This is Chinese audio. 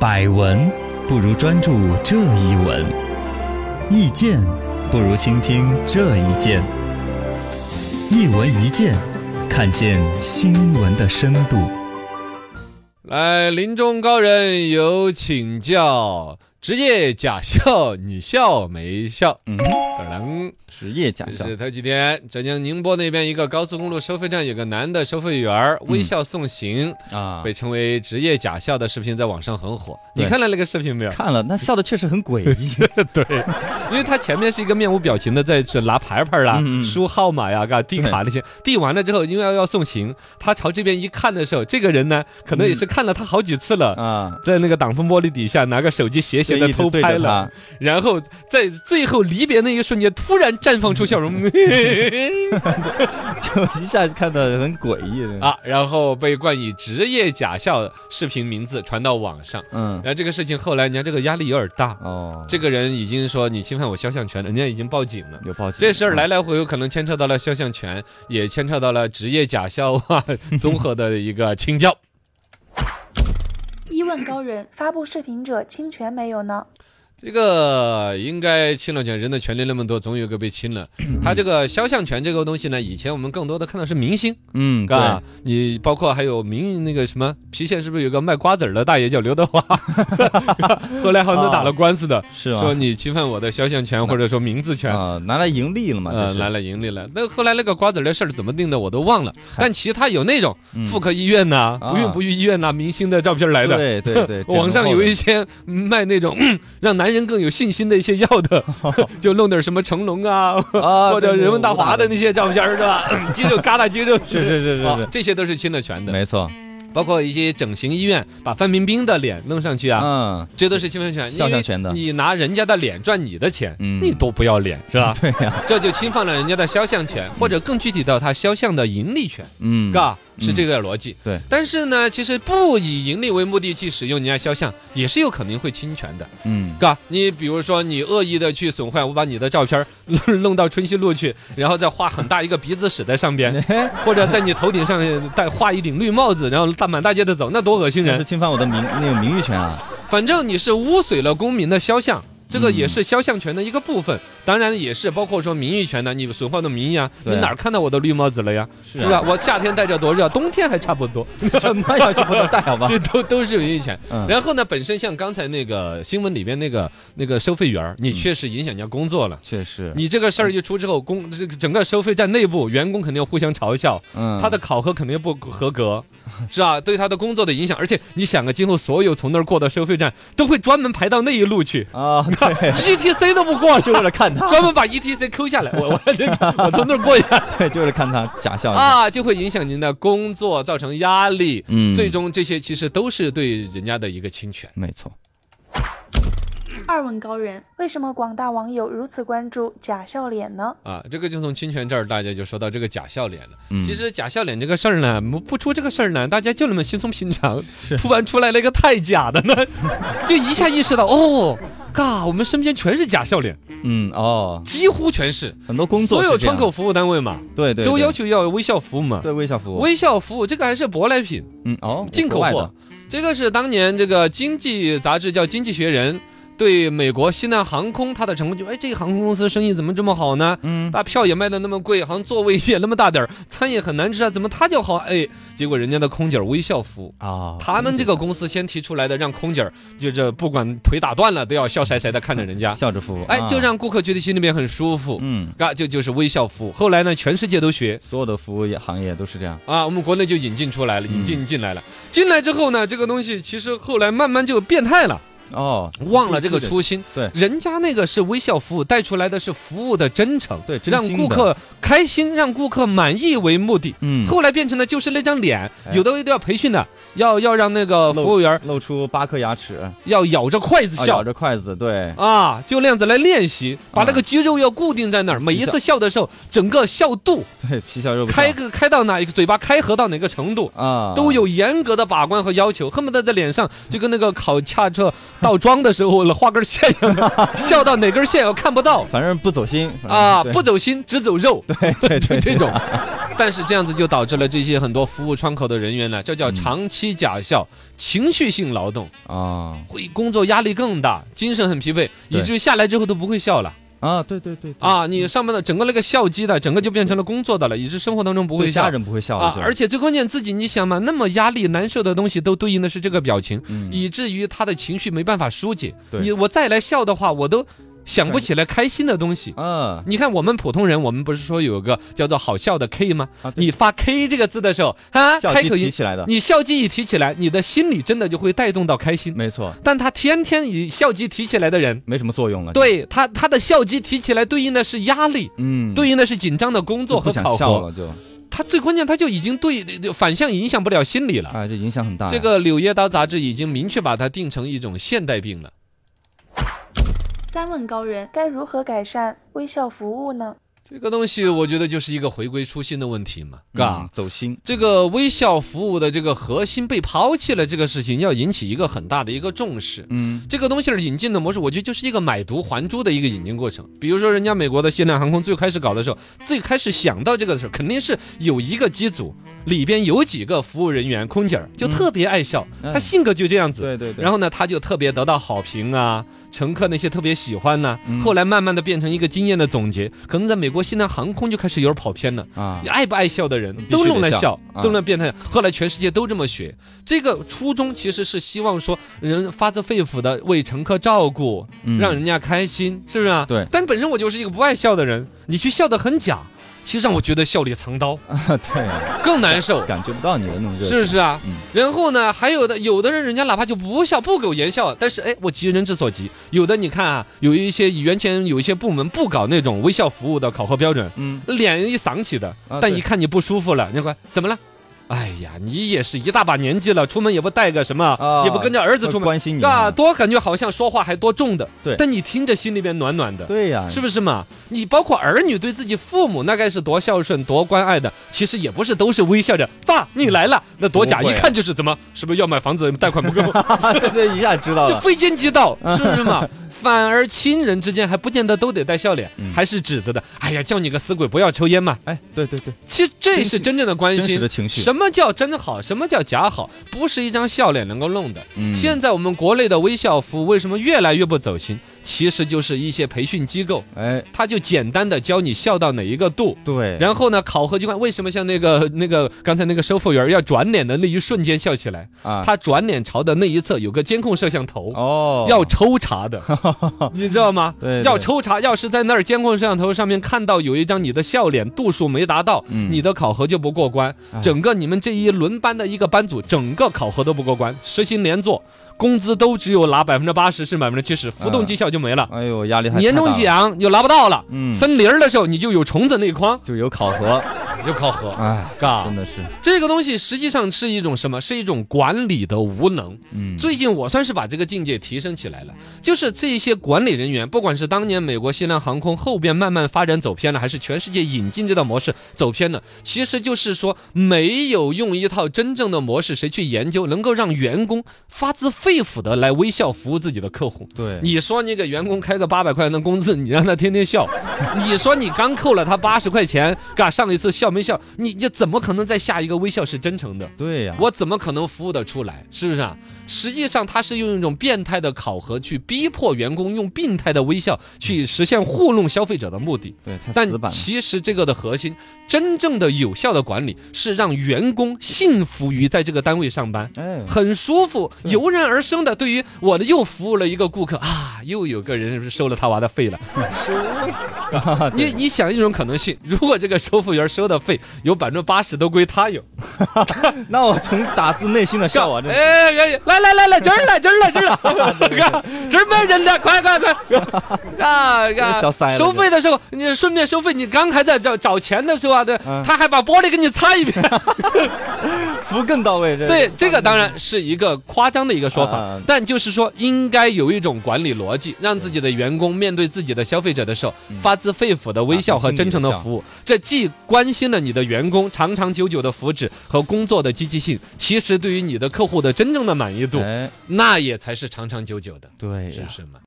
百闻不如专注这一闻，意见不如倾听这一见。一闻一见，看见新闻的深度。来，临终高人有请教，职业假笑，你笑没笑？嗯，可能职业假就笑，是头几天，浙江宁波那边一个高速公路收费站，有个男的收费员儿微笑送行，啊，被称为职业假笑的视频在网上很火。你对看了那个视频没有？看了，那笑的确实很诡 异。对，因为他前面是一个面无表情的在这拿牌牌啦、嗯嗯输号码呀、嘎递对卡那些，递完了之后，因为要要送行，他朝这边一看的时候，这个人呢，可能也嗯是看了他好几次了。啊，在那个挡风玻璃底下拿个手机斜斜就的一直偷对拍着了他，，然后在最后离别那一瞬间，突然绽放出 笑容 嘿嘿嘿嘿就一下看的很诡异的。啊，然后被冠以职业假笑视频名字传到网上。嗯然，后这个事情后来人家这个压力有点大，哦，这个人已经说你侵犯我肖像权了，人家已经报警了。有报警，这事儿来来回回可能牵扯到了肖像权，也牵扯到了职业假笑 啊，综合的一个清教。一问高人，发布视频者侵权没有呢？这个应该侵了权，人的权利那么多，总有一个被 侵了。他这个肖像权这个东西呢，以前我们更多的看到是明星，嗯，对，啊，你包括还有明那个什么郫县是不是有个卖瓜子儿的大爷叫刘德华， 后来好像都打了官司的，哦是说吗？你侵犯我的肖像权或者说名字权。啊，拿来盈利了嘛，呃这，是来了盈利了。那后来那个瓜子儿的事儿怎么定的我都忘了，但其他有那种嗯妇科医院呐、啊不孕不育医院呐、明星的照片来的。对对对，网上有一些些卖那种嗯让男人更有信心的一些药 的，就弄点什么成龙啊，啊，或者对人文大华的，对那些照片儿是吧？嗯肌肉疙瘩肌肉，对是是是是啊是，这些都是侵了权的。没错，包括一些整形医院把范冰冰的脸弄上去啊，嗯，这都是侵犯权。肖因为像权的，你拿人家的脸赚你的钱，嗯你多不要脸是吧？对呀，这就侵犯了人家的肖像权，或者更具体到他肖像的盈利权，嗯，嘎，嗯是这个逻辑。对，但是呢，其实不以盈利为目的去使用人家肖像，也是有可能会侵权的，嗯，嘎。你比如说，你恶意的去损坏，我把你的照片儿弄到春熙路去，然后再画很大一个鼻子屎 在上边，哎，或者在你头顶上戴画一顶绿帽子，然后大满大街的走，那多恶心这是 人！侵犯我的名 那个名誉权 啊，反正你是污损了公民的肖像。这个也嗯是肖像权的一个部分，当然也是包括说名誉权的，你损坏我的名誉啊，对你啊哪儿看到我的绿帽子了呀？是吧？？我夏天戴着多热，冬天还差不多，什么要求不能戴好吧？这都都是名誉权。啊嗯然后呢，本身像刚才那个新闻里边那个那个收费员儿，嗯你确实影响人家工作了。确实，你这个事儿一出之后，工这个整个收费站内部员工肯定互相嘲笑，嗯，他的考核肯定不合格，是吧？对他的工作的影响，而且你想啊，今后所有从那儿过的收费站都会专门排到那一路去啊，对， ，ETC 都不过了，就为了看他， 专门把 E ETC 抠下来，我我这个我从那儿过去对，就为了看他假笑一下，啊，就会影响您的工作，造成压力。嗯，最终这些其实都是对人家的一个侵权。没错，二问高人，为什么广大网友如此关注假笑脸呢？啊，这个就从侵权这儿，大家就说到这个假笑脸了。嗯其实假笑脸这个事儿呢，不不出这个事儿呢，大家就那么稀松平常。突然出来了一个太假的 呢，就一下意识到，哦，嘎，我们身边全是假笑脸，嗯哦，几乎全是。很多工作所有是这窗样口服务单位嘛，对对都要求求要微笑服务嘛。对微笑服务，微笑服务这个还是舶来品，嗯哦，进口国外的货，，这个是当年这个经济杂志叫《经济学人》对美国西南航空它的成功就，哎，这个航空公司生意怎么这么好呢？嗯，把票也卖的那么贵，好像座位也那么大点儿，餐也很难吃啊，怎么它就好？哎，结果人家的空姐儿微笑服务。啊，他们这个公司先提出来的，让空姐儿就这不管腿打断了都要笑腮腮的看着人家，笑着服务，哎，啊就让顾客觉得心里面很舒服，嗯，啊，这就是微笑服务。后来呢，全世界都学，所有的服务业行业都是这样，啊，我们国内就引进出来了，嗯引进进来了。进来之后呢，这个东西其实后来慢慢就变态了，哦，忘了这个初心。对人家那个是微笑服务，带出来的是服务的真诚，对真让心顾的客开心，让顾客满意为目的。嗯，后来变成了就是那张脸，哎有的都要培训的，要要让那个露服务员露出八颗牙齿，啊要咬着筷子笑咬。着筷子，对，啊，就那样子来练习，把啊那个肌肉要固定在那儿。每一次笑的时候，整个笑度对，皮笑肉不开笑个开到哪一个，嘴巴开合到哪个程度，啊，都有严格的把关和要求，恨不得在脸上就跟那个考驾车倒桩的时候了画根线一样 的，笑到哪根线我看不到反正不走心啊， 嗯不走心只走肉， 对对对， 这种。但是这样子就导致了这些很多服务窗口的人员呢，这叫嗯长期假校、情绪性劳动，啊会工作压力更大，精神很疲惫，以对至于下来之后都不会笑了啊，对对对对啊！你上班的整个那个笑肌的，整个就变成了工作的了，以致生活当中不不会笑家。人不会笑啊的，，而且最关键，自己你想嘛，那么压力难受的东西都对应的是这个表情，嗯以至于他的情绪没办法疏解。对你我再来笑的话，我都想不起来开心的东西。啊你看我们普通人，我们不是说有个叫做好笑的 K 吗？啊，对你发 K 这个字的时候，啊，笑开肌口提音，起来的，你笑肌一提起来，你的心里真的就会带动到开心。没错，但他天天以笑肌提起来的人，没什么作用了。，对他他的笑肌提起来对应的是压力，嗯，对应的是紧张的工就作不和想考笑核。了就，他最关键，他就已经对就反向影响不了心理了。啊，这影响很大呀。这个《柳叶刀》杂志已经明确把它定成一种现代病了。三问高人该如何改善微笑服务呢？这个东西，我觉得就是一个回归初心的问题嘛，嘎、嗯走心，这个微笑服务的这个核心被抛弃了，这个事情要引起一个很大的一个重视。嗯这个东西的引进的模式，我觉得就是一个买椟还珠的一个引进过程。比如说，人家美国的限量航空最开始搞的时候，最开始想到这个的时候，肯定是有一个机组里边有几个服务人员空姐儿就特别爱笑，嗯她性格就这样子。对对对，然后后呢，他就特别得到好评啊，乘客那些特别喜欢呐、嗯后来慢慢的变成一个经验的总结，可能在美国西南航空就开始有点跑偏了。啊你，爱不爱笑的人必须得都弄来笑笑，啊都弄来变态。后来全世界都这么学，这个初衷其实是希望说人发自肺腑的为乘客照顾，嗯让人家开心，是不是啊？对但本身我就是一个不爱笑的人，你去笑得很假，其实让我觉得笑里藏刀，对啊，更难受。感觉不到你的那种热是不情，是啊？嗯然后呢，还有的有的人人家哪怕就不笑不苟言笑，但是哎，我急人之所急。有的你看啊，有一些原先有一些部门不搞那种微笑服务的考核标准，嗯，脸一搡起的啊，但对一看你不舒服了，人家管怎么了？哎呀，你也是一大把年纪了，出门也不带个什么，啊也不跟着儿子会出门，关心你啊，，多感觉好像说话还多重的。对但你听着心里边暖暖的。对呀，是不是嘛？你包括儿女对自己父母那该是多孝顺、多关爱的，其实也不是都是微笑着“爸，你来了”，那多假，不会一啊看就是怎么是不是要买房子，贷款不 够，啊，对对，一下知道就了，非奸即盗，嗯是不是嘛？反而亲人之间还不见得都得带笑脸，嗯还是指责的。哎呀，叫你个死鬼不要抽烟嘛！哎，对对对，其实这是真正的关真实心的。情绪，什么叫真好？什么叫假好？不是一张笑脸能够弄的。嗯现在我们国内的微笑服务为什么越来越不走心？其实就是一些培训机构，哎，他就简单的教你笑到哪一个度。对，然后呢，考核机关为什么像那个 那个刚才那个收费员要转脸的那一瞬间笑起来？啊，他转脸朝的那一侧有个监控摄像头，哦，要抽查 的，你知道吗？对对要抽查，要是在那儿监控摄像头上面看到有一张你的笑脸度数没达到，嗯你的考核就不过关哎。整个你们这一轮班的一个班组，整个考核都不过关，实行连坐，工资都只有拿百分之八十至百分之七十，浮动绩效就没了，嗯哎呦，压力还年太终大了，奖又拿不到了。嗯，分零儿的时候，你就有虫子那一筐，就有考核，有考核。哎，嘎真，的是，这个东西实际上是一种什么？是一种管理的无能。嗯，最近我算是把这个境界提升起来了，就是这些管理人员，不管是当年美国限量航空后边慢慢发展走偏了，还是全世界引进这套模式走偏了，其实就是说没有用一套真正的模式，谁去研究能够让员工发自肺腑的来微笑服务自己的客户。对，你说你给员工开个八百块钱的工资，你让他天天笑；你说你刚扣了他八十块钱，嘎上一次笑没笑？你这怎么可能再下一个微笑是真诚的？对呀，我怎么可能服务得出来？是不是啊？实际上他是用一种变态的考核去逼迫员工用病态的微笑去实现糊弄消费者的目的。对太但死板了，其实这个的核心，真正的有效的管理是让员工信服于在这个单位上班。哎，很舒服，对油然而生的，对于我的又服务了一个顾客啊，又有个人收了他娃的费了，舒服。你你想一种可能性，如果这个收费员收的费有百分之八十都归他有，那我从打自内心的笑 啊，这哎，哎来来来来，这儿来这儿来这儿 来，这儿没人的，快快 快，啊个小塞啊！了收费的时候，你顺便收费，你刚还在找找钱的时候啊，对，嗯他还把玻璃给你擦一遍。服更到位，这对，这个当然是一个夸张的一个说啊啊法啊，但就是说，应该有一种管理逻辑，让自己的员工面对自己的消费者的时候，发自肺腑的微笑和嗯啊真诚的服务，这既关心了你的员工长长久久的福祉和工作的积极性，其实对于你的客户的真正的满意度，哎，那也才是长长久久的，对是呀不。是嘛？